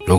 如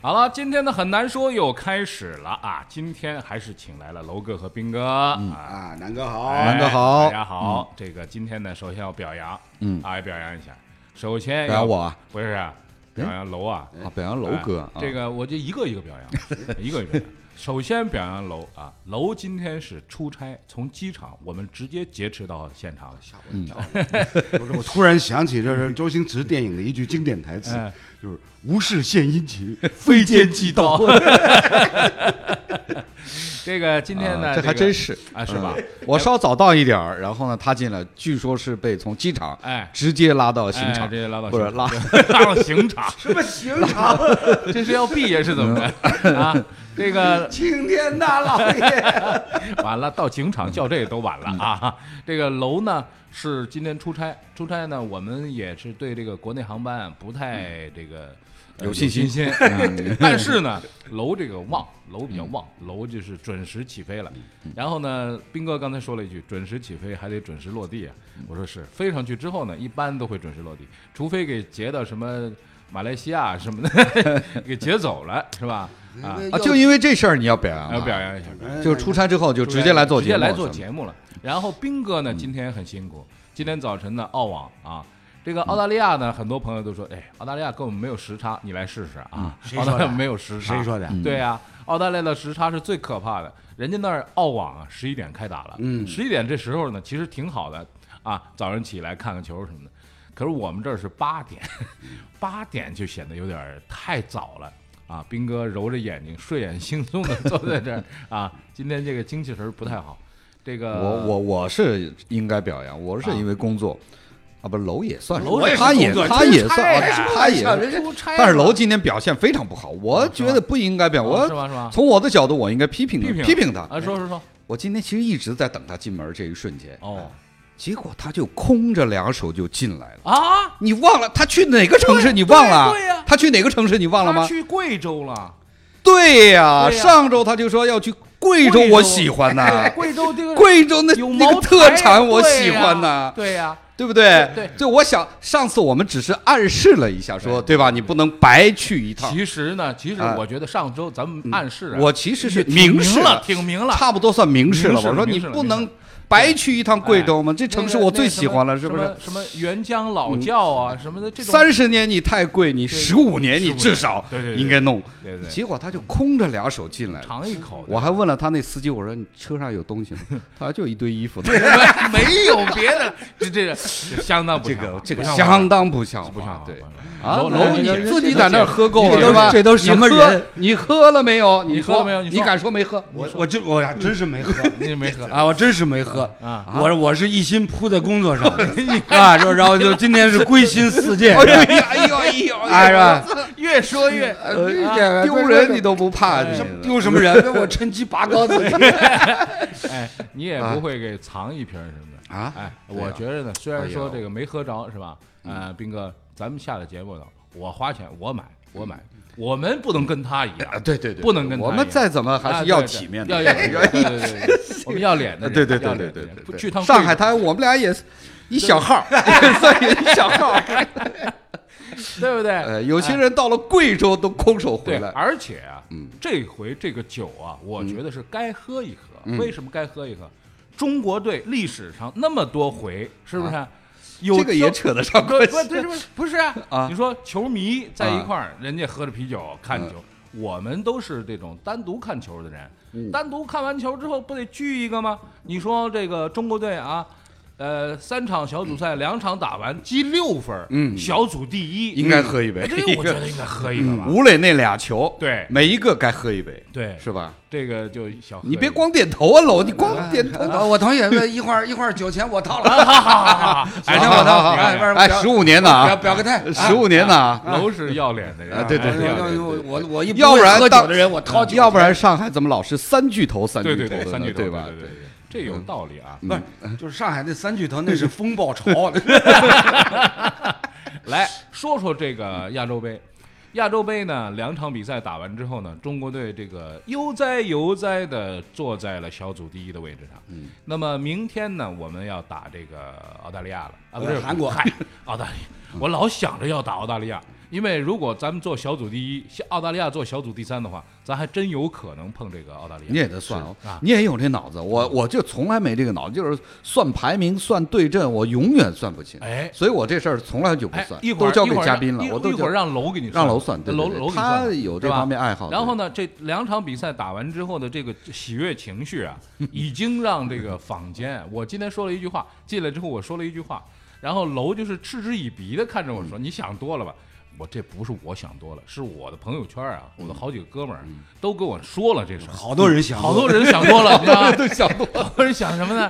好了，今天的很难说又开始了啊！今天还是请来了楼哥和斌哥、啊。啊，南哥好，哎嗯南哥好嗯大家好。这个今天呢，首先要表扬，嗯，啊，表扬一下。首先表要扬我啊，不是啊表扬楼啊，啊，表扬楼哥啊哎，这个我就一个一个表 扬，一个一个表扬。首先表扬楼啊，楼今天是出差，从机场我们直接劫持到现场。嗯 不是我突然想起这是周星驰电影的一句经典台词哎，就是“无事献殷勤，非奸即盗。 这个今天呢，啊这还个真是嗯哎啊，是吧？我稍早到一点儿，然后呢，他进来，据说是被从机场哎直接拉到刑哎场，直接拉到不是刑拉场， 拉到刑场，什么刑场？这是要毕业是怎么着 啊？这个青天大老爷 完了，到警场叫这都晚嗯了啊！这个楼呢是今天出差，出差呢我们也是对这个国内航班不太这个呃有有信心心嗯心， 但是呢，楼这个旺，楼比较旺，楼就是准时起飞嗯了。然后呢，斌哥刚才说了一句，准时起飞还得准时落地啊。嗯我说是，飞上去之后呢，一般都会准时落地，除非给劫到什么马来西亚什么的 给劫走了，是吧？啊，啊，就因为这事儿你要表扬要他，表扬一下。就出差之后就直接来做直节接目，来做节目了。然后斌哥呢，今天很辛苦，今天早晨呢，澳网啊。这个澳大利亚呢，很多朋友都说，哎，澳大利亚跟我们没有时差，你来试试啊！谁澳大利说亚的没有时差，谁说的嗯对呀、澳大利亚的时差是最可怕的。人家那儿澳网啊，十一点开打了，嗯，十一点这时候呢，其实挺好的啊，早上起来看看球什么的。可是我们这儿是八点，八点就显得有点儿太早了啊！斌哥揉着眼睛，睡眼惺忪的坐在这儿啊。今天这个精气神儿不太好，这个我我我是应该表扬，我是因为工作。啊，不，楼也算是，楼也是他也工作他出也差算，啊呀他也人家出差但是嘛楼今天表现非常不好，啊我觉得不应该表，哦我是吗是吗从我的角度，我应该批评批评他批评他。啊，说说说我今天其实一直在等他进门这一瞬间，哎哦结果他就空着两手就进来了。啊，你忘了他去哪个城市？你忘了？啊对呀他去哪个城市？你忘了他吗？去贵州了，对呀，对呀上周他就说要去贵州，贵州我喜欢呐对，贵州这个贵州那有那茅个特台产我对喜呀欢呐，对呀、对不对？对对就我想上次我们只是暗示了一下，说对吧？你不能白去一趟。其实呢，其实啊我觉得上周咱们暗示啊、我其实是也挺明示了，挺明了，差不多算明示了。明示了我说你明示了不明能示白去一趟贵州吗？这那城市个我那最什喜么欢了，是不是？什么什么元江老窖啊，什么的这种三十年你太贵，你十五年你15至少对对对应该弄。对对对结果他就空着两手进来了。尝一口的，我还问了他那司机，我说你车上有东西吗？他说就一堆 衣服。没没有别的，这这个这相当不像话这个不像话相当不像不像话话，对不像话啊，楼楼楼你你自己在那儿喝够了这都是吧？这都是什么人你喝？你喝了没有？你喝说了没有你你说敢说没喝？我我这我还真是没喝你没 喝啊，我真是没喝啊！我我是一心扑在工作上啊，然后然后就今天是归心似箭，哎呦哎呦哎 呦！啊是吧？ 越说越啊呃这丢人你都不怕？你丢什 么人？我趁机拔高自己。哎，你也不会给藏一瓶儿什么的啊哎，对啊我觉着呢，虽然说哎呦嗯这个没喝着是吧？呃，斌哥，咱们下了节目呢，我花钱，我买， 我买，我们不能跟他一样啊，，对对对，不能跟他我一们样再怎么还啊是对要对体面要的。要脸，对对对对，我们要脸的人，对对对要对脸的对人对，去趟上贵海州滩，我们 俩也是一小号儿，所以一小号儿。对不对？呃，有些哎人到了贵州都空手对回，来。嗯而且啊，这回这个酒啊，我觉得是该喝一喝。嗯为什么该喝一喝？中国队历史上那么多回，是不是？有啊这个也扯得上不关不系不是不是不是啊啊！你说球迷在一块儿，人家喝着啤酒看球，嗯我们都是这种单独看球的人，单独看完球之后不得聚一个吗？你说这个中国队啊。呃，三场小组嗯赛，两场打完积六分，嗯，小组第一，嗯应该喝一杯这个哎我觉得应该喝一个吧。 吴磊那俩球，对每一个该喝一杯，对是吧？这个就小喝你别一个啊光点头啊，老你光点头。我我同意，一会儿一会儿酒钱我掏了，好好好好， 哎，好这我好好倒好，你看哎，十五年的表啊，表个态。十五年的啊，楼是要脸的人啊对对对哎对对我我我一要不然喝到酒的人，我掏酒钱。要不然上海怎么老是三巨头三对巨对头对，的三呢巨头对吧嗯对？对对，这有道理啊。不是，就是上海那三巨头，那是风暴潮。 来说说这个亚洲杯。亚洲杯呢，两场比赛打完之后呢，中国队这个悠哉悠哉的坐在了小组第一的位置上。嗯，那么明天呢，我们要打这个澳大利亚了啊，不是韩国嗨，澳大利亚，我老想着要打澳大利亚，因为如果咱们做小组第一，像澳大利亚做小组第三的话，咱还真有可能碰这个澳大利亚。 你也得算哦是啊，你也有这脑子，我我就从来没这个脑子，就是算排名、算对阵，我永远算不清。哎所以我这事儿从来就不哎算，一会都儿交给一会儿嘉宾了，一我都一会儿就让楼给你让楼算对对楼对楼给你他算有对这吧方面爱好然后呢，这两场比赛打完之后的这个喜悦情绪啊，已经让这个坊间，我今天说了一句话，进来之后我说了一句话，然后楼就是嗤之以鼻的看着我嗯说：“你想多了吧。”我这不是我想多了，是我的朋友圈啊，嗯我的好几个哥们儿都跟我说了这事儿，好多人想，好多人想多了，你知道吗？都想不好多人想什么呢？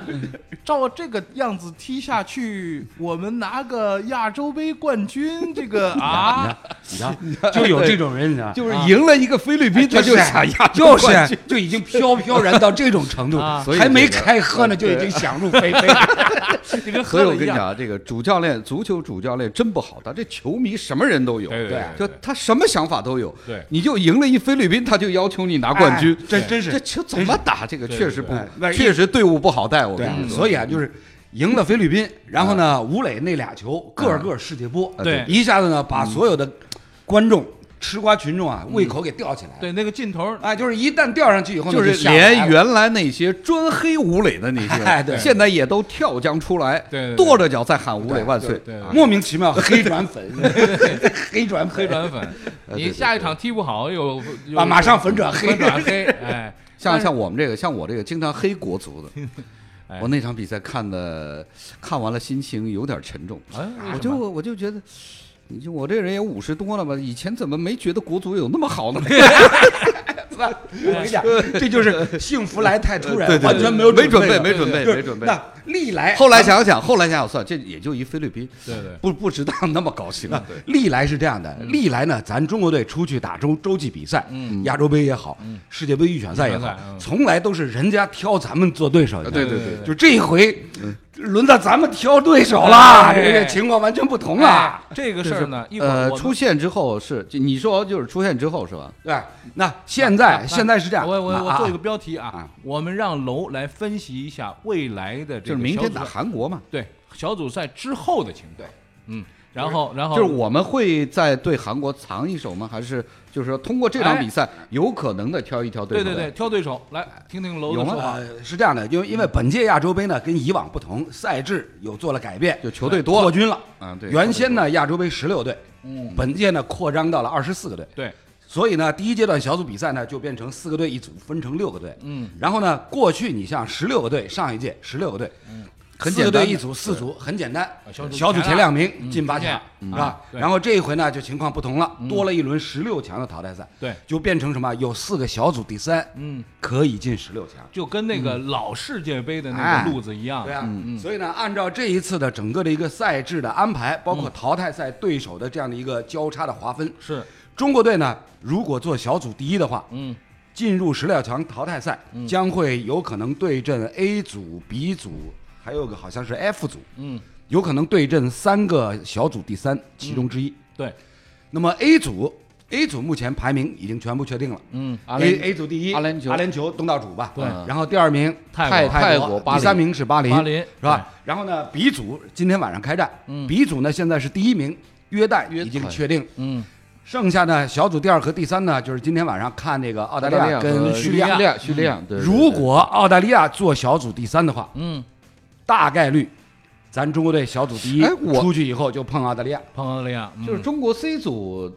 照这个样子踢下去，我们拿个亚洲杯冠军，这个啊，你知道，就有这种人，你知道， 就是赢了一个 菲律宾，他就想亚洲哎就 冠军是。就已经飘飘然到这种程度，啊还没开喝呢，就已经想入非非。 这跟所喝以了我一跟你讲样。啊，这个主教练，足球主教练真不好，他这球迷什么人都有，对对对就他什么想法都有。对你就赢了一菲律宾，他就要求你拿冠军哎，真真是这球怎么打？这个对确实不对对万，一确实队伍不好带。我对跟啊，你说，所以啊，就是赢了菲律宾，然后呢，吴磊那俩球个个世界波，对一下子呢把所有的观众、吃瓜群众啊胃口给吊起来。，对，那个劲头，哎，就是一旦吊上去以后呢，就是下不来了连原来那些专黑吴磊的那些，哎对现在也都跳江出来，对对对跺着脚在喊吴磊万岁。啊对莫名其妙黑转 粉，黑转黑黑转粉，对你对下一场踢不好有有啊，马上粉转黑粉。转黑，哎，像像我们这个，像我这个经常黑国足的 哎，我那场比赛看的看完了，心情有点沉重。啊哎，为我什就么我就觉得，你就我这人也五十多了吧，以前怎么没觉得国足有那么好 呢？我跟你讲，这就是幸福来太突 然，完全没有没准备，了没准备，就是没准备。那历来后来想想，后来想想算，这也就一菲律宾，对对嗯不不值当那么高兴。那啊历来是这样的，历来呢，咱中国队出去打洲洲际比赛，亚洲杯也好，世界杯预选赛也嗯预选好赛嗯，啊从来都是人家挑咱们做对手的。对对对对嗯就这一回，轮到咱们挑对手了，哎这个情况完全不同哎了。这个事儿呢，一会儿呃，我出现之后是，就你说就是出现之后是吧？哎对，哎那现在现在是这样，啊我我啊我做一个标题啊啊，我们让楼来分析一下未来的这就是个明小天组打赛韩国嘛，对小组赛之后的情况，嗯，然后然后就是我们会在对韩国藏一手吗？还是就是说通过这场比赛有可能的挑一挑对手？哎对对，挑对手来听听楼的有吗说法，呃，是这样的，因为因为嗯本届亚洲杯呢，跟以往不同，赛制有做了改变，呃就球队多扩了。军了。嗯对原先呢亚洲杯十六队，嗯，本届呢扩张到了二十四个队，对，所以呢第一阶段小组比赛呢就变成四个队一组，分成六个队，嗯，然后呢过去你像十六个队，上一届十六个队，嗯，很四个简单队一组，四组很简单啊小，组小组前前两两名进八强，嗯是吧？对然后这一回呢就情况不同了，多了一轮十六强的淘汰赛，对就变成什么？有四个小组第三，嗯，可以进十六强。就跟那嗯个老世界杯的那个路子一样，对啊，所以呢，按照这一次的整个的一个赛制的安排，包括淘汰赛对手的这样的一个交叉的划分，是中国队呢，如果做小组第一的话，嗯，进入十六强淘汰赛，将会有可能对阵 A 组、B 组，还有个好像是 F 组，嗯，有可能对阵三个小组第三其中之一。对，那么 A 组。A 组目前排名已经全部确定了，嗯阿，A 联 A 组第一，阿联酋阿联酋东道主吧，嗯对然后第二名泰国泰泰国巴第林三名是巴林，巴林是吧？然后呢，比组今天晚上开战，比组呢现在是第一名，约旦已经确定，嗯，剩下呢小组第二和第三呢，就是今天晚上看那个澳大利亚跟叙利利亚。亚，叙利亚。对对对如果澳大利亚做小组第三的话，嗯，大概率咱中国队小组第一哎我出去以后就碰澳大利亚。碰到了呀，嗯就是中国 C 组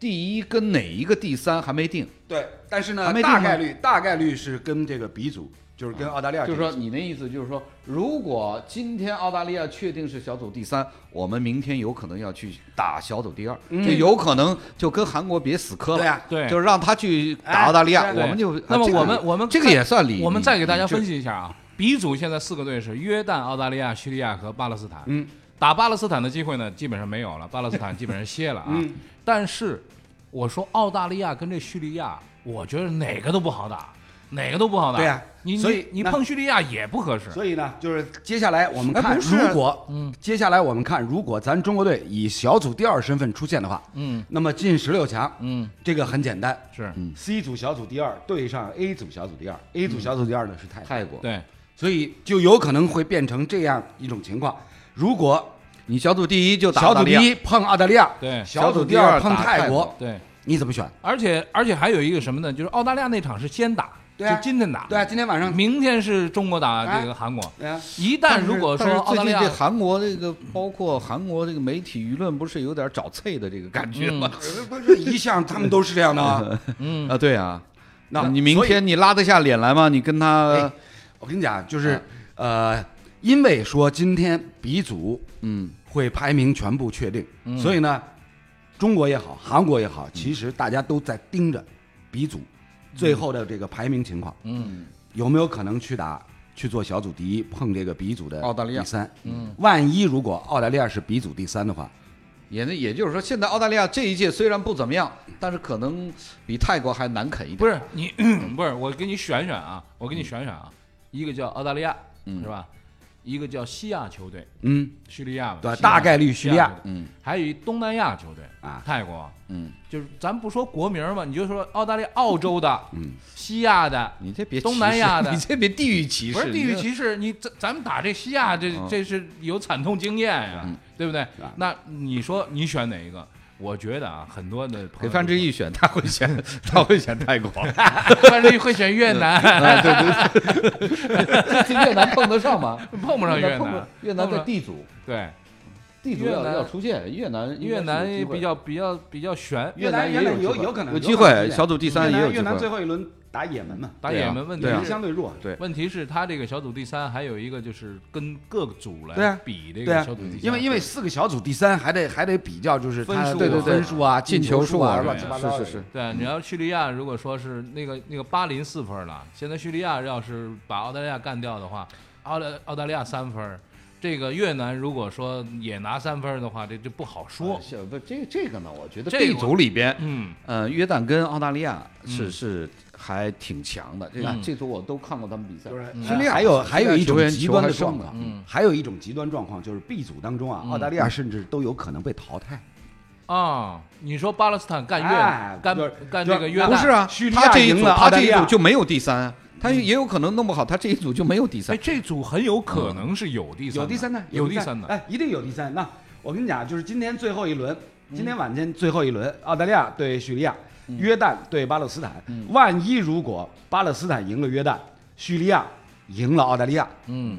第一跟哪一个第三还没定，对，但是呢还没定吗大概率大概率是跟这个比组，就是跟澳大利亚这就是个，说你那意思就是说，如果今天澳大利亚确定是小组第三，我们明天有可能要去打小组第二，这有可能就跟韩国别死磕了，对呀嗯对就是让他去打澳大利亚，哎对我们就啊那么这个我们我们这个再也算理，我们再给大家理智分析一下啊。B 组现在四个队是约旦、澳大利亚、叙利亚和巴勒斯坦。嗯，打巴勒斯坦的机会呢，基本上没有了，巴勒斯坦基本上歇了啊。嗯但是我说澳大利亚跟这叙利亚，我觉得哪个都不好打。哪个都不好打。对呀你所以你你那碰叙利亚也不合适。所以呢，就是接下来我们哎看，不是如果接下来我们看，如果咱中国队以小组第二身份出现的话，嗯，那么进十六强，嗯，这个很简单，是， C 组小组第二对上 A 组小组第二，A 组小组第二呢是嗯泰国，泰国，对，所以就有可能会变成这样一种情况：如果你小组第一就打小组第澳大利亚，一碰澳大利亚，对小组组第第二二碰打泰泰国国，对，你怎么选？而且而且还有一个什么呢？就是澳大利亚那场是先打，对啊就今天打，对啊，今天晚上，明天是中国打这个韩国。对啊，一旦如果说哎但是澳最大利近亚这韩国这个，包括韩国这个媒体舆论，不是有点找脆的这个感嗯觉吗？这一向他们都是这样的 啊。啊，对啊，那你明所以天你拉得下脸来吗？你跟哎他，我跟你讲，就是呃，因为说今天鼻祖嗯会排名全部确定，所以呢，中国也好，韩国也好，其实大家都在盯着鼻祖嗯最后的这个排名情况，嗯，有没有可能去打去做小组第一，碰这个鼻祖的澳大利亚第三？嗯，万一如果澳大利亚是鼻祖第三的话，也那也就是说，现在澳大利亚这一届虽然不怎么样，但是可能比泰国还难啃一点。不是你 不是我给你选选啊，我给你选选啊，一个叫澳大利亚是吧？一个叫西亚球队，嗯，叙利亚嘛对啊西大概率叙利亚球队嗯，还有一东南亚球队啊泰国，嗯，就是咱不说国名嘛，你就说澳大利亚、澳洲的，嗯，西亚的，你这别东歧南视亚的 你这别地域歧视，不是地你域这歧视，你咱咱们打这西亚，这这是有惨痛经验呀，对不对？那你说你选哪一个？我觉得啊，很多的朋给友范志毅选，他会 选，他会选泰国。都说，范志毅会选越 南， 啊，对对对，这越南碰得上吗？碰不上越碰不南，越南碰不在上地主，对地主越要南要出现，越南应该是有越南机会比较比较比较悬，越南也原来有有机会有可能有有机可能会，出现小组第三也有机会。后一轮打也门嘛，打对啊也门问题对啊是相对弱。对问题是他这个小组第三，还有一个就是跟各个组对来啊比这对个啊小组第三，，因为因为四个小组第三还得还得比较，就是它分数啊对对对分分数啊、进球球数数啊，啊乱七八糟的。是是是对，你要叙利亚，如果说是那个那个巴林四分了，现在叙利亚要是把澳大利亚干掉的话，澳大澳大利亚三分儿，这个越南如果说也拿三分儿的话，这就不好说啊。是不，这这个嗯呢，我觉得这个 B 组里边，嗯，呃，约旦跟澳大利亚是是还挺强的。这嗯这组我都看过他们比赛，是嗯还有还有一种极端的状况，嗯还有一种极端状况就是 B 组当中啊，澳大利亚甚至都有可能被淘汰。啊，你说巴勒斯坦干越、哎干就是干就这个约旦，不是啊叙利，亚他这一赢组了澳大他这利一亚组就没有第三啊，他也有可能弄不好，他这一组就没有第哎，三。这组很有可能是有第三，有第三的，有第三的，哎，一定有第三。那我跟你讲，就是今天最后一轮，今天晚间最后一轮，澳大利亚对叙利亚，约旦对巴勒斯坦。万一如果巴勒斯坦赢了约旦，叙利亚赢了澳大利亚，嗯，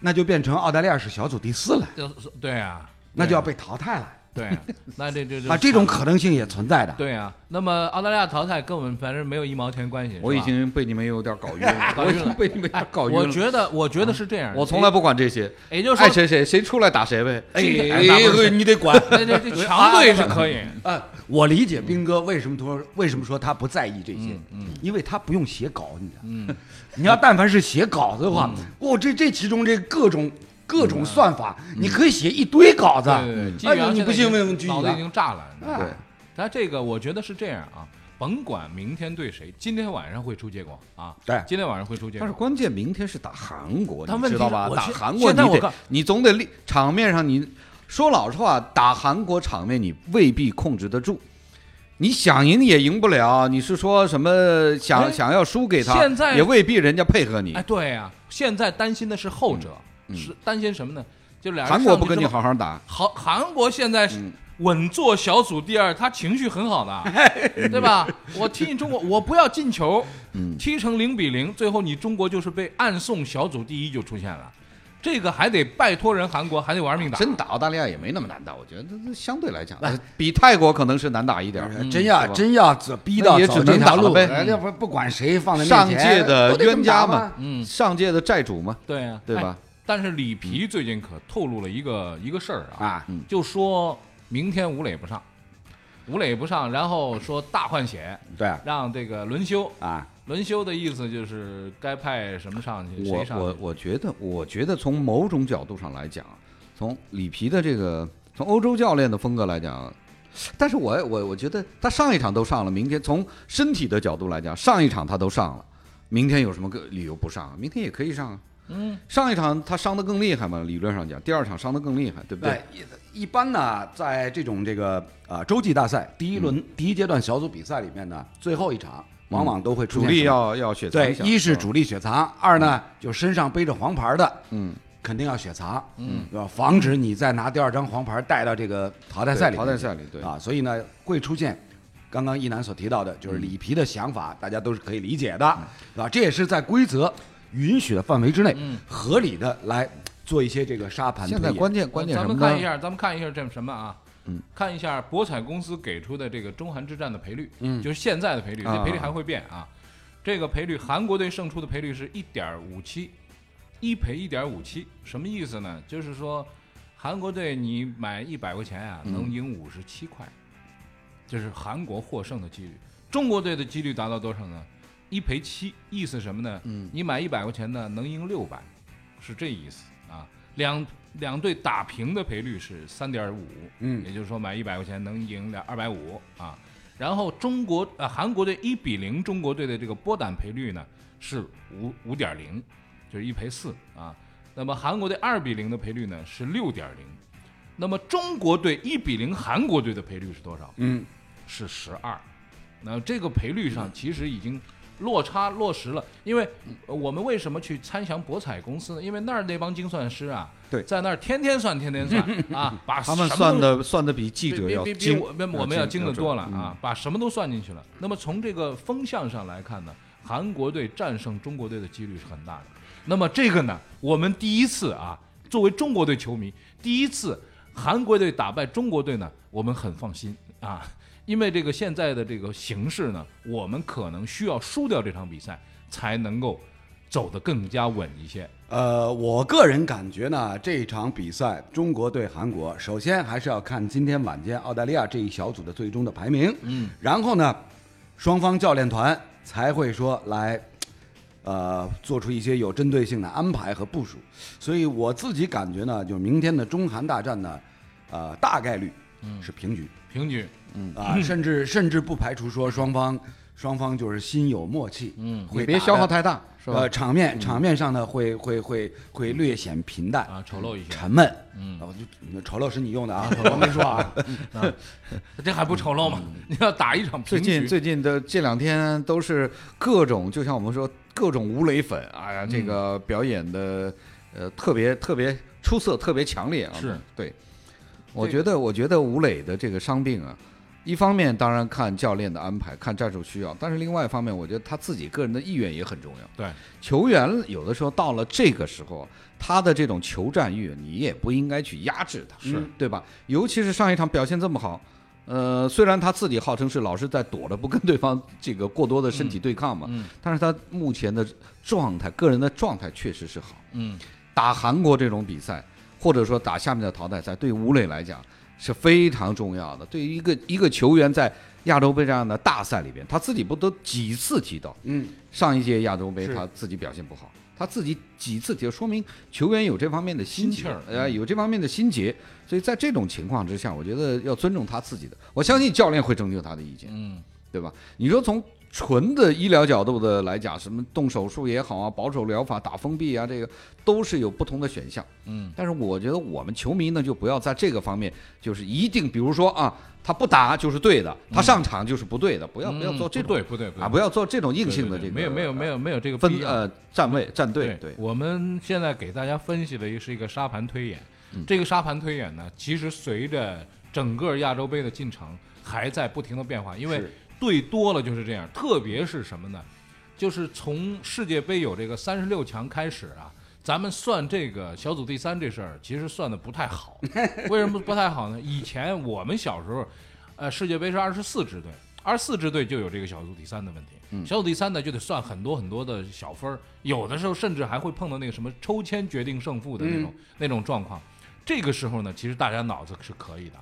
那就变成澳大利亚是小组第四了，就是对啊，那就要被淘汰了对啊，那这这啊！这种可能性也存在的。对啊，那么澳大利亚淘汰跟我们反正没有一毛钱关系，是吧我已经被你们有 点搞晕了，搞我晕已了经被你们有点搞晕了。我觉得我觉得是这样，我从来不管这些，也就是说爱谁谁谁出来打谁呗。哎这个哎哎，你得管。这这这强队是可以， 啊，我理解兵哥为什么说为什么说他不在意这些，因为他不用写稿，你知道，嗯， 你要但凡是写稿子的话，哦，这这其中这各种各种算法，你可以写一堆稿子，对对对，哎基本呦，上你不现信在已经问问居脑里子已啊，经炸了。你知道吗哎对，但这个我觉得是这样啊，甭管明天对谁，今天晚上会出结果啊。对今天晚上会出结但是果。关键明天是打韩国，但你问题知道是吧？我打现韩国现你在我得告你总得立场面上你说老实话，打韩国场面你未必控制得住。你想赢也赢不了，你是说什么哎想想要输给他，现在也未必人家配合你哎，。对呀、现在担心的是后者，是担心什么呢？就俩人韩国上去不跟之你后，好好打，韩韩国现在是稳坐小组第二，他情绪很好的，对吧？我踢你中国，我不要进球，踢成零比零，最后你中国就是被暗送小组第一就出现了，这个还得拜托人韩国，还得玩命打。真打澳大利亚也没那么难打，我觉得这相对来讲，比泰国可能是难打一点儿。嗯真要嗯是吧真要走逼到那也走只这能条打了路，呗哎那不不管谁放在面上前届的都得这冤么打家嘛嘛，，嗯上届的债主嘛，对啊，对哎吧？但是里皮最近可透露了一个一个事儿啊，啊，就说明天吴磊不上，吴磊不上，然后说大换血，对啊让这个轮休，啊，轮休的意思就是该派什么上去，我谁上去我我觉得，我觉得从某种角度上来讲，从里皮的这个，从欧洲教练的风格来讲，但是我我我觉得他上一场都上了，明天从身体的角度来讲，上一场他都上了，明天有什么个理由不上？明天也可以上啊。嗯，上一场他伤得更厉害嘛，理论上讲，第二场伤得更厉害，对不对哎？，一一般呢，在这种这个啊、呃洲际大赛第一轮、第一阶段小组比赛里面呢，最后一场往往都会出主现力什么要要雪藏嗯对，一下一是吧主力雪藏，二呢就身上背着黄牌的，嗯，肯定要雪藏，嗯，对吧？防止你再拿第二张黄牌带到这个淘汰赛里对面去，淘汰赛里对啊，所以呢会出现。刚刚一楠所提到的，嗯就是里皮的想法，大家都是可以理解的，对吧？这也是在规则允许的范围之内，合理的来做一些这个沙盘推嗯现在演。关键关键咱什么们呢？看一下，咱们看一下这什么啊？嗯，看一下博彩公司给出的这个中韩之战的赔率，嗯，就是现在的赔率，啊这赔率还会变啊。这个赔率，韩国队胜出的赔率是一点五七，一赔一点五七，什么意思呢？就是说，韩国队你买一百块钱啊，嗯能赢五十七块，这是韩国获胜的几率。中国队的几率达到多少呢？一赔七，意思什么呢？嗯，你买一百块钱呢，能赢六百，是这意思啊。两两队打平的赔率是三点五，嗯，也就是说买一百块钱能赢两二百五啊。然后中国呃韩国队一比零中国队的这个波胆赔率呢是五五点零，就是一赔四啊。那么韩国队二比零的赔率呢是六点零，那么中国队一比零韩国队的赔率是多少？嗯，是十二。那这个赔率嗯上其实已经落差落实了，因为呃我们为什么去参详博彩公司呢？因为那儿那帮精算师啊，对在那儿天天算，天天 算啊，把他们什么算都的算的比记比者比要比比精，我们我们要精得多了要准嗯啊，把什么都算进去了。那么从这个风向上来看呢，韩国队战胜中国队的几率是很大的。那么这个呢，我们第一次啊，作为中国队球迷，第一次韩国队打败中国队呢，我们很放心啊，因为这个现在的这个形势呢，我们可能需要输掉这场比赛，才能够走得更加稳一些。呃，我个人感觉呢，这场比赛中国对韩国，首先还是要看今天晚间澳大利亚这一小组的最终的排名，嗯，然后呢，双方教练团才会说来，呃，做出一些有针对性的安排和部署。所以我自己感觉呢，就明天的中韩大战呢，呃，大概率嗯是平局。平局，啊，甚至甚至不排除说双方双方就是心有默契，嗯，会也别打得消耗太大是吧呃，场面场面上呢，会会会会略显平淡啊丑陋一些沉闷，嗯，我就丑陋是你用的啊，我没说 啊，这还不丑陋吗？ 你要打一场平嗯最局，近最近的这两天都是各种，就像我们说各种吴磊粉，哎呀，嗯这个表演的呃特别特别出色，特别强烈啊。是对，我觉得我觉得吴磊的这个伤病啊，一方面当然看教练的安排，看战术需要，但是另外一方面，我觉得他自己个人的意愿也很重要。对。球员有的时候到了这个时候，他的这种求战欲，你也不应该去压制他，是对吧？尤其是上一场表现这么好，呃，虽然他自己号称是老是在躲着不跟对方这个过多的身体对抗嘛，但是他目前的状态，个人的状态确实是好。嗯，打韩国这种比赛，或者说打下面的淘汰赛，对吴磊来讲是非常重要的。对于一个一个球员在亚洲杯这样的大赛里边，他自己不都几次提到，嗯，上一届亚洲杯是他自己表现不好，他自己几次提，说明球员有这方面的心心气结儿，嗯呃，有这方面的心结。所以在这种情况之下，我觉得要尊重他自己的，我相信教练会征求他的意见。嗯，对吧？你说从纯的医疗角度的来讲，什么动手术也好啊，保守疗法、打封闭啊，这个都是有不同的选项。嗯，但是我觉得我们球迷呢，就不要在这个方面，就是一定，比如说啊，他不打就是对的，他上场就是不对的，不要不要做这嗯不种对不对不对啊，不要做这种硬性的这对个对对没有没有没有没有这个分必要呃站位站队对对。我们现在给大家分析的一个是一个沙盘推演，嗯这个沙盘推演呢，其实随着整个亚洲杯的进程还在不停的变化，因为队多了就是这样，特别是什么呢？就是从世界杯有这个三十六强开始啊，咱们算这个小组第三这事儿，其实算的不太好。 为什么不太好呢？以前我们小时候，呃，世界杯是二十四支队，二十四支队就有这个小组第三的问题。嗯小组第三呢，就得算很多很多的小分儿，有的时候甚至还会碰到那个什么抽签决定胜负的那嗯种、那种状况。这个时候呢，其实大家脑子是可以的，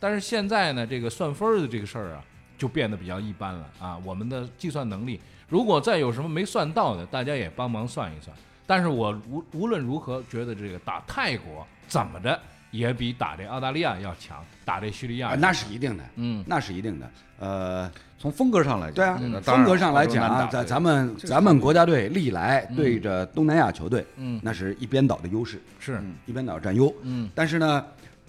但是现在呢，这个算分儿的这个事儿啊，就变得比较一般了啊。我们的计算能力，如果再有什么没算到的，大家也帮忙算一算。但是我无无论如何觉得这个打泰国怎么着也比打这澳大利亚要强，打这叙利亚啊，那是一定的，嗯那是一定的。呃，从风格上来讲，对啊这个，当风然格上来讲澳洲啊难，打咱咱们咱们国家队历来对着东南亚球队，嗯那是一边倒的优势，是一边倒占优。嗯，但是呢，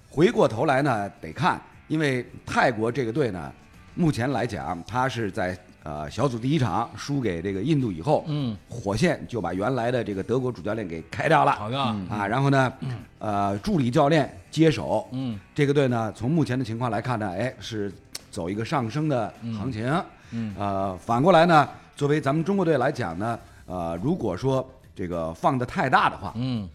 回过头来呢，得看，因为泰国这个队呢，目前来讲，他是在呃小组第一场输给这个印度以后，嗯，火线就把原来的这个德国主教练给开掉了，好的嗯啊，然后呢，呃，助理教练接手，嗯，这个队呢，从目前的情况来看呢，哎，是走一个上升的行情，嗯，呃，反过来呢，作为咱们中国队来讲呢，呃，如果说这个放的太大的话，嗯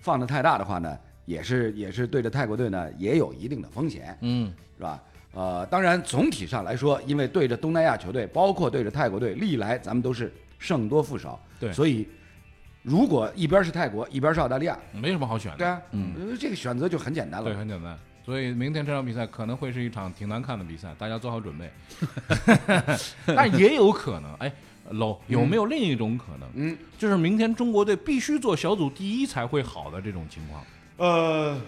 放的太大的话呢，也是也是对着泰国队呢也有一定的风险，嗯是吧？呃，当然总体上来说，因为对着东南亚球队，包括对着泰国队，历来咱们都是胜多负少，对所以如果一边是泰国，一边是澳大利亚，没什么好选的。对啊，嗯，这个选择就很简单对，了。很简单。所以明天这场比赛可能会是一场挺难看的比赛，大家做好准备。但也有可能，哎，老有没有另一种可能？嗯，就是明天中国队必须做小组第一才会好的这种情况。呃，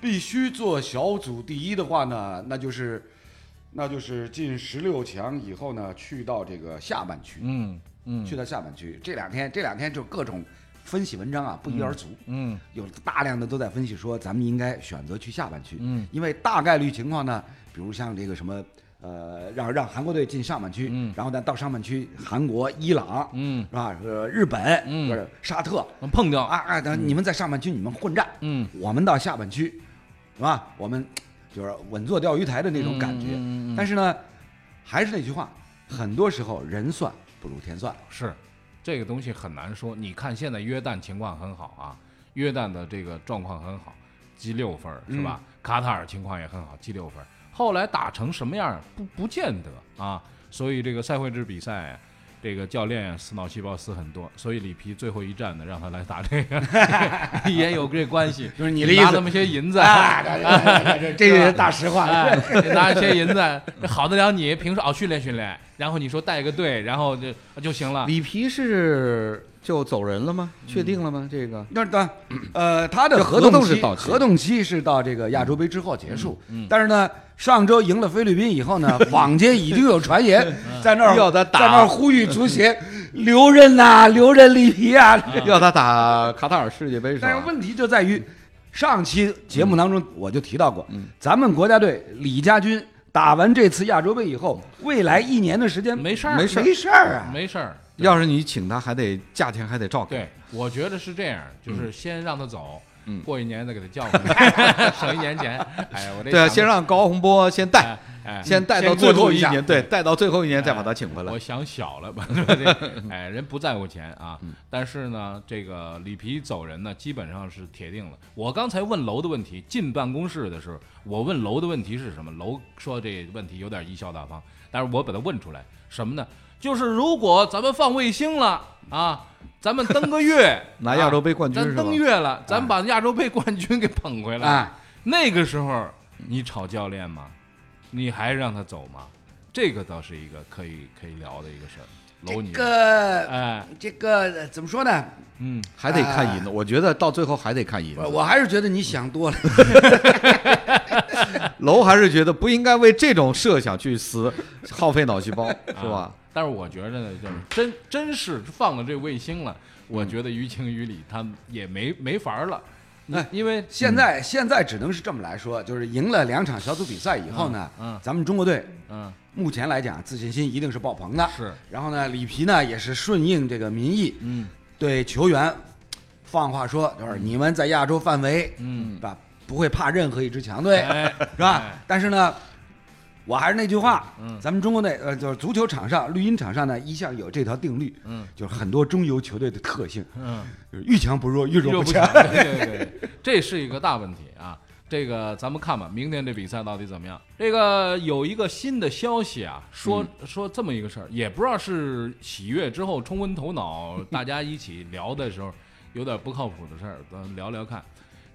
必须做小组第一的话呢，那就是那就是进十六强以后呢，去到这个下半区，嗯嗯去到下半区。这两天这两天就各种分析文章啊，不一而足。嗯有大量的都在分析说，咱们应该选择去下半区，嗯，因为大概率情况呢，比如像这个什么，呃，让让韩国队进上半区，嗯然后呢到上半区，韩国、伊朗，嗯是吧？呃，日本，嗯不是沙特，能碰掉啊啊，等你们在上半区你们混战，嗯，我们到下半区，是吧？我们就是稳坐钓鱼台的那种感觉，嗯嗯嗯嗯但是呢，还是那句话，很多时候人算不如天算，是，这个东西很难说。你看现在约旦情况很好啊，约旦的这个状况很好，积六分儿是嗯吧？卡塔尔情况也很好，积六分儿。后来打成什么样儿不不见得啊，所以这个赛会制比赛，这个教练啊死脑细胞死很多，所以里皮最后一战呢，让他来打这个， 也有这关系。就是你的意拿思啊那么些银子，啊这这是大实话。哎，拿一些银子，好得了你。平时哦训练训练，然后你说带个队，然后就啊就行了。里皮是就走人了吗？嗯确定了吗？这个那当呃，他的这合合同同是期到期啊嗯合同期是到这个亚洲杯之后结束。但是呢，上周赢了菲律宾以后呢，坊间已经有传言在那儿嗯要他打在那儿呼 吁足协留任呐、留任里皮啊。要他打卡塔尔世界杯是但吧是？问题就在于，上期节目嗯当中我就提到过，咱们国家队李佳军打完这次亚洲杯以后，未来一年的时间没事儿，没事儿没事儿啊，没事儿。要是你请他，还得价钱还得照给对。，我觉得是这样，嗯就是先让他走，过一年再给他叫回 来，省一年钱。哎呀，我这对啊，想先让高洪波先带哎，哎，先带到先最过渡后一一下年，对，带到最后一年再把他请回来我。想小了吧？ 这嗯哎，人不在乎钱啊，但是呢，这个里皮走人呢，基本上是铁定了。我刚才问楼的问题，进办公室的时候，我问楼的问题是什么？楼说这问题有点贻笑大方，但是我把它问出来，什么呢？就是如果咱们放卫星了啊，咱们登个月 拿亚洲杯冠军啊是咱吧哎登月了，咱把亚洲杯冠军给捧回来。哎那个时候你炒教练吗？你还让他走吗？这个倒是一个可以可以聊的一个事儿。这楼你，个哎，这个怎么说呢？嗯，还得看银子，我觉得到最后还得看银子我。我还是觉得你想多了。楼还是觉得不应该为这种设想去死，耗费脑细胞，是吧啊？？但是我觉得呢，就是真真是放了这卫星了，我嗯觉得于情于理他也没没法儿了，哎因为现在现在只能是这么来说，就是赢了两场小组比赛以后呢，嗯嗯咱们中国队嗯目前来讲自信心一定是爆棚的，是。然后呢，里皮呢也是顺应这个民意，嗯对球员放话说，就是你们在亚洲范围，嗯，是吧？不会怕任何一支强队，哎是吧？但是呢，我还是那句话，嗯咱们中国队呃，就是足球场上、绿茵场上呢，一向有这条定律，嗯，就是很多中游球队的特性，嗯。就是遇强不弱，遇弱弱不不强强，。对对对对，这是一个大问题啊。这个咱们看吧，明天这比赛到底怎么样？这个有一个新的消息啊，说、说这么一个事儿，也不知道是喜悦之后冲昏头脑，大家一起聊的时候有点不靠谱的事儿，咱们聊聊看。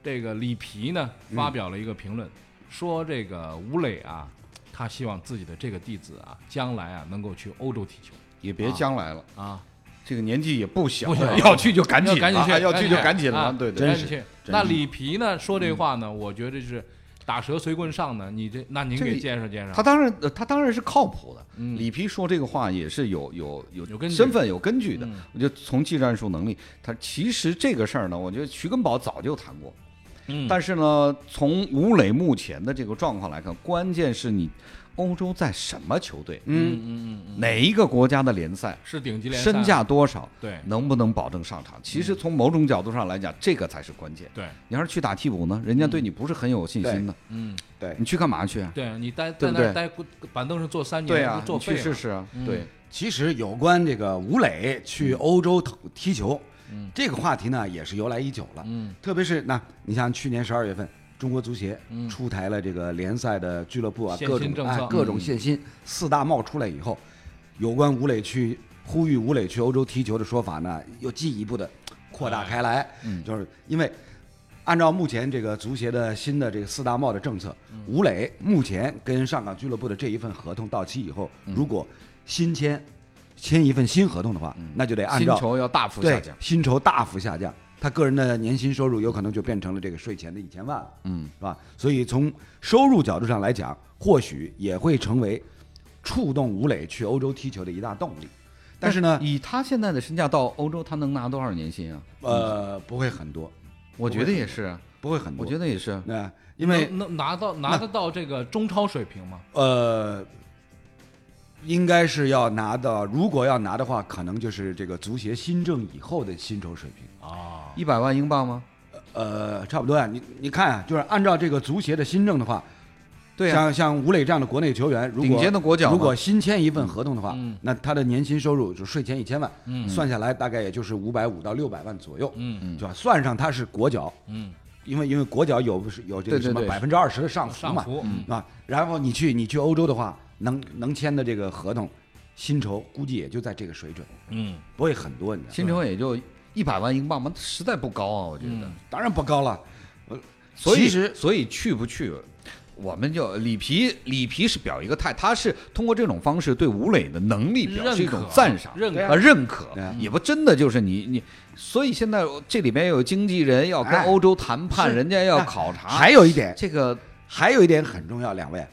这个里皮呢发表了一个评论，说这个吴磊啊，他希望自己的这个弟子啊，将来啊能够去欧洲踢球也别将来了，啊，这个年纪也不小不小了，要去就赶紧要赶紧了去，啊要去就赶紧啊了，对对赶对，紧去。那李皮呢？说这话呢，我觉得是打蛇随棍上呢。你这，那您这给个介绍介绍。他当然，呃他当然是靠谱的。李皮说这个话也是有有有嗯有根据嗯身份有根据的。我觉得从技战术能力，他其实这个事儿呢，我觉得徐根宝早就谈过。嗯但是呢，从吴磊目前的这个状况来看，关键是你欧洲在什么球队，嗯嗯嗯嗯，哪一个国家的联赛，是顶级联赛，啊身价多少，对嗯能不能保证上场？其实从某种角度上来讲，这个才是关键。对，你要是去打替补呢，人家对你不是很有信心的，嗯，对你去干嘛去啊？对你待在对那不儿对待过板凳上坐三年，对啊不，你坐废去了试试啊，对。其实有关这个吴磊去欧洲投踢球，这个话题呢也是由来已久了。嗯，特别是那，你像去年十二月份，中国足协出台了这个联赛的俱乐部啊，嗯限各薪种政啊策嗯各种限薪，四大帽出来以后，有关吴磊去呼吁吴磊去欧洲踢球的说法呢，又进一步的扩哎大开来，嗯就是因为。按照目前这个足协的新的这个四大帽的政策，嗯吴磊目前跟上港俱乐部的这一份合同到期以后，如果新签签一份新合同的话，那就得按嗯薪照酬要大幅对下降。薪酬大幅下降，他个人的年薪收入有可能就变成了这个税前的一千万了，嗯，是吧？所以从收入角度上来讲，或许也会成为触动吴磊去欧洲踢球的一大动力。但是呢，以他现在的身价到欧洲，他能拿多少年薪啊？呃，不会很多，我觉得也是啊，不会很多。我觉得，得也是。啊那、因为能能拿到拿得到这个中超水平吗？呃，应该是要拿到，如果要拿的话，可能就是这个足协新政以后的薪酬水平。啊，一百万英镑吗？呃，差不多啊，你你看啊，就是按照这个足协的新政的话，对啊呀、像像吴磊这样的国内球员，如果顶尖的国脚嘛如果新签一份合同的话，嗯那他的年薪收入就税前一千万，嗯算下来大概也就是五百五到六百万左右，嗯嗯，对吧？算上他是国脚，嗯，因为因为国脚有不是有这个对对什么对百分之二十的上浮上嘛，浮，嗯啊，然后你去你去欧洲的话，能能签的这个合同，薪酬估计也就在这个水准，嗯，不会很多，你知道吗薪酬也就一百万英镑嘛，实在不高啊，我觉得。当然不高了，所嗯以其实所以去不去，我们就里皮里皮是表一个态，他是通过这种方式对吴磊的能力表示一种赞赏、认可认啊认可对啊，也不真的就是你你。所以现在这里边有经纪人要跟哎欧洲谈判，是人家要哎考啊察，还有一点，这个还有一点很重要，两位，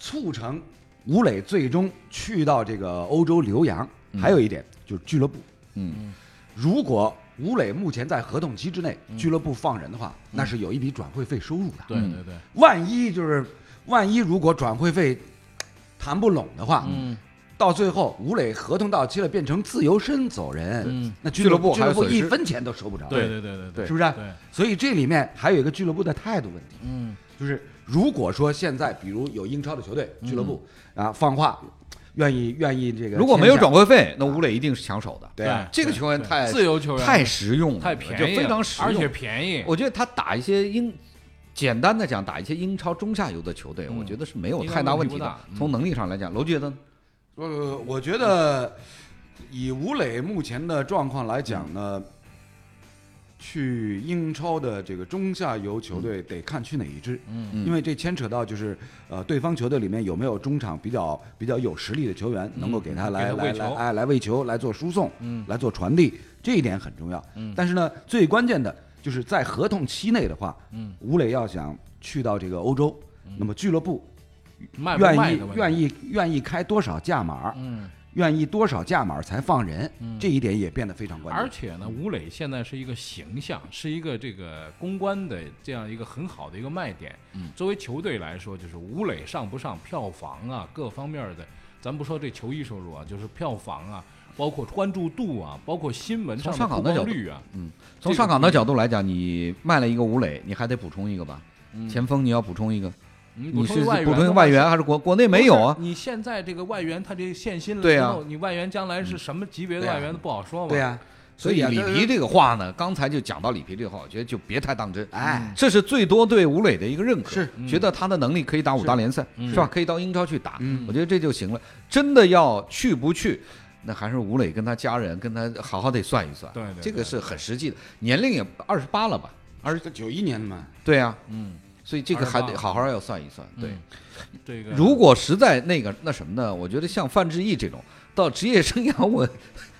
促成吴磊最终去到这个欧洲留洋，嗯还有一点就是俱乐部。嗯，如果吴磊目前在合同期之内，嗯俱乐部放人的话，那是有一笔转会费收入的。对嗯对对，万一就是万一如果转会费谈不拢的话，嗯，到最后吴磊合同到期了，变成自由身走人，嗯那俱俱乐乐部俱还乐有部损一失分钱都收不着。对对对对是不是？对，所以这里面还有一个俱乐部的态度问题。嗯，就是如果说现在比如有英超的球队俱乐部嗯啊放话，愿意愿意这个，如果没有转，会费，那吴磊一定是抢手的。对啊这个球员对太自由球员太实用了，太便就宜了，非常实用，而且便宜，我觉得他打一些英，简单的讲，打一些英超中下游的球队，我觉得是没有太大问题嗯应该问题不的大。嗯从能力上来讲，楼觉得呢呃，我觉得以吴磊目前的状况来讲呢，去英超的这个中下游球队得看去哪一支，嗯，因为这牵扯到就是呃对方球队里面有没有中场比较比较有实力的球员能够嗯给他来给他喂来来球哎来喂球来做输送，嗯，来做传递，这一点很重要。嗯，但是呢，最关键的就是在合同期内的话，嗯，吴磊要想去到这个欧洲，那么俱乐部卖不卖愿意的问题愿意愿意开多少价码，嗯，愿意多少价码才放人，这一点也变得非常关嗯而键。且呢，吴磊现在是一个形象，是一个这个公关的这样一个很好的一个卖点。嗯，作为球队来说，就是吴磊上不上票房啊，各方面的，咱不说这球衣收入啊，就是票房啊，包括关注度啊，包括新闻上从上曝岗的角光度率啊，从上港的角度来讲，你卖了一个吴磊，你还得补充一个吧？前锋你要补充一个，嗯你是外补充一的个话外援还是国国内没有啊不？是你现在这个外援，他这限薪了对之啊后，你外援将来是什么级别的对啊外援都不好说嘛。对呀、所以啊里皮，这个话呢，刚才就讲到里皮这个话，我觉得就别太当真。嗯哎，这是最多对吴磊的一个认可，是觉得他的能力可以打五大联赛，是吧？可以到英超去打，嗯我觉得这就行了。真的要去不去，那还是吴磊跟他家人跟他好好得算一算，对对对这个是很实际的。年龄也二十八了吧？而这九一年的嘛，对啊，嗯，所以这个还28得了好好要算一算。对，这个如果实在那个那什么呢？我觉得像范志毅这种，到职业生涯我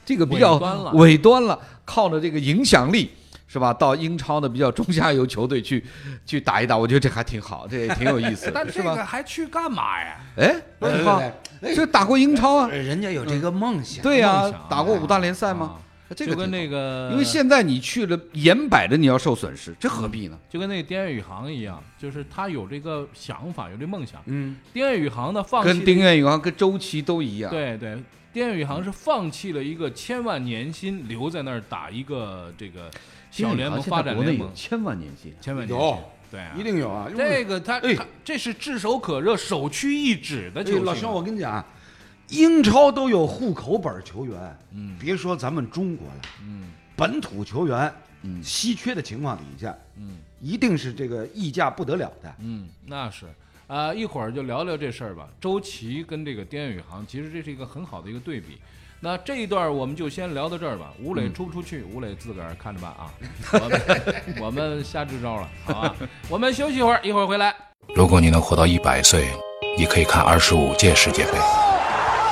这个比较尾端了尾端了，靠着这个影响力。是吧？到英超的比较中下游球队去，去打一打，我觉得这还挺好，这也挺有意思的，但是这个吧？还去干嘛呀？哎，对很对好，对这打过英超啊，人家有这个梦想，对呀、梦想啊打过五大联赛吗？这个就跟挺好那个，因为现在你去了，眼摆着你要受损失，这何必呢？就跟那个丁彦雨航一样，就是他有这个想法，有这梦想。嗯，丁彦雨航呢，放弃跟丁彦雨航、跟周琦都一样。，对对，丁彦雨航是放弃了一个千万年薪，留在那儿打一个这个小联盟发展国联内有盟，千万年薪，千万年薪有，对啊一。定有啊。这个他哎他这是炙手可热、首屈一指的哎球星啊。老兄，我跟你讲啊，英超都有户口本球员，嗯，别说咱们中国了，嗯，本土球员，嗯，稀缺的情况底下，嗯，一定是这个溢价不得了的。嗯，那是。啊、一会儿就聊聊这事儿吧。周琦跟这个丁彦雨航，其实这是一个很好的一个对比。那这一段儿我们就先聊到这儿吧。吴磊出不出去，吴磊自个儿看着办啊。我们我们瞎支招了，好吧？我们休息一会儿，一会儿回来。如果你能活到一百岁，你可以看二十五届世界杯。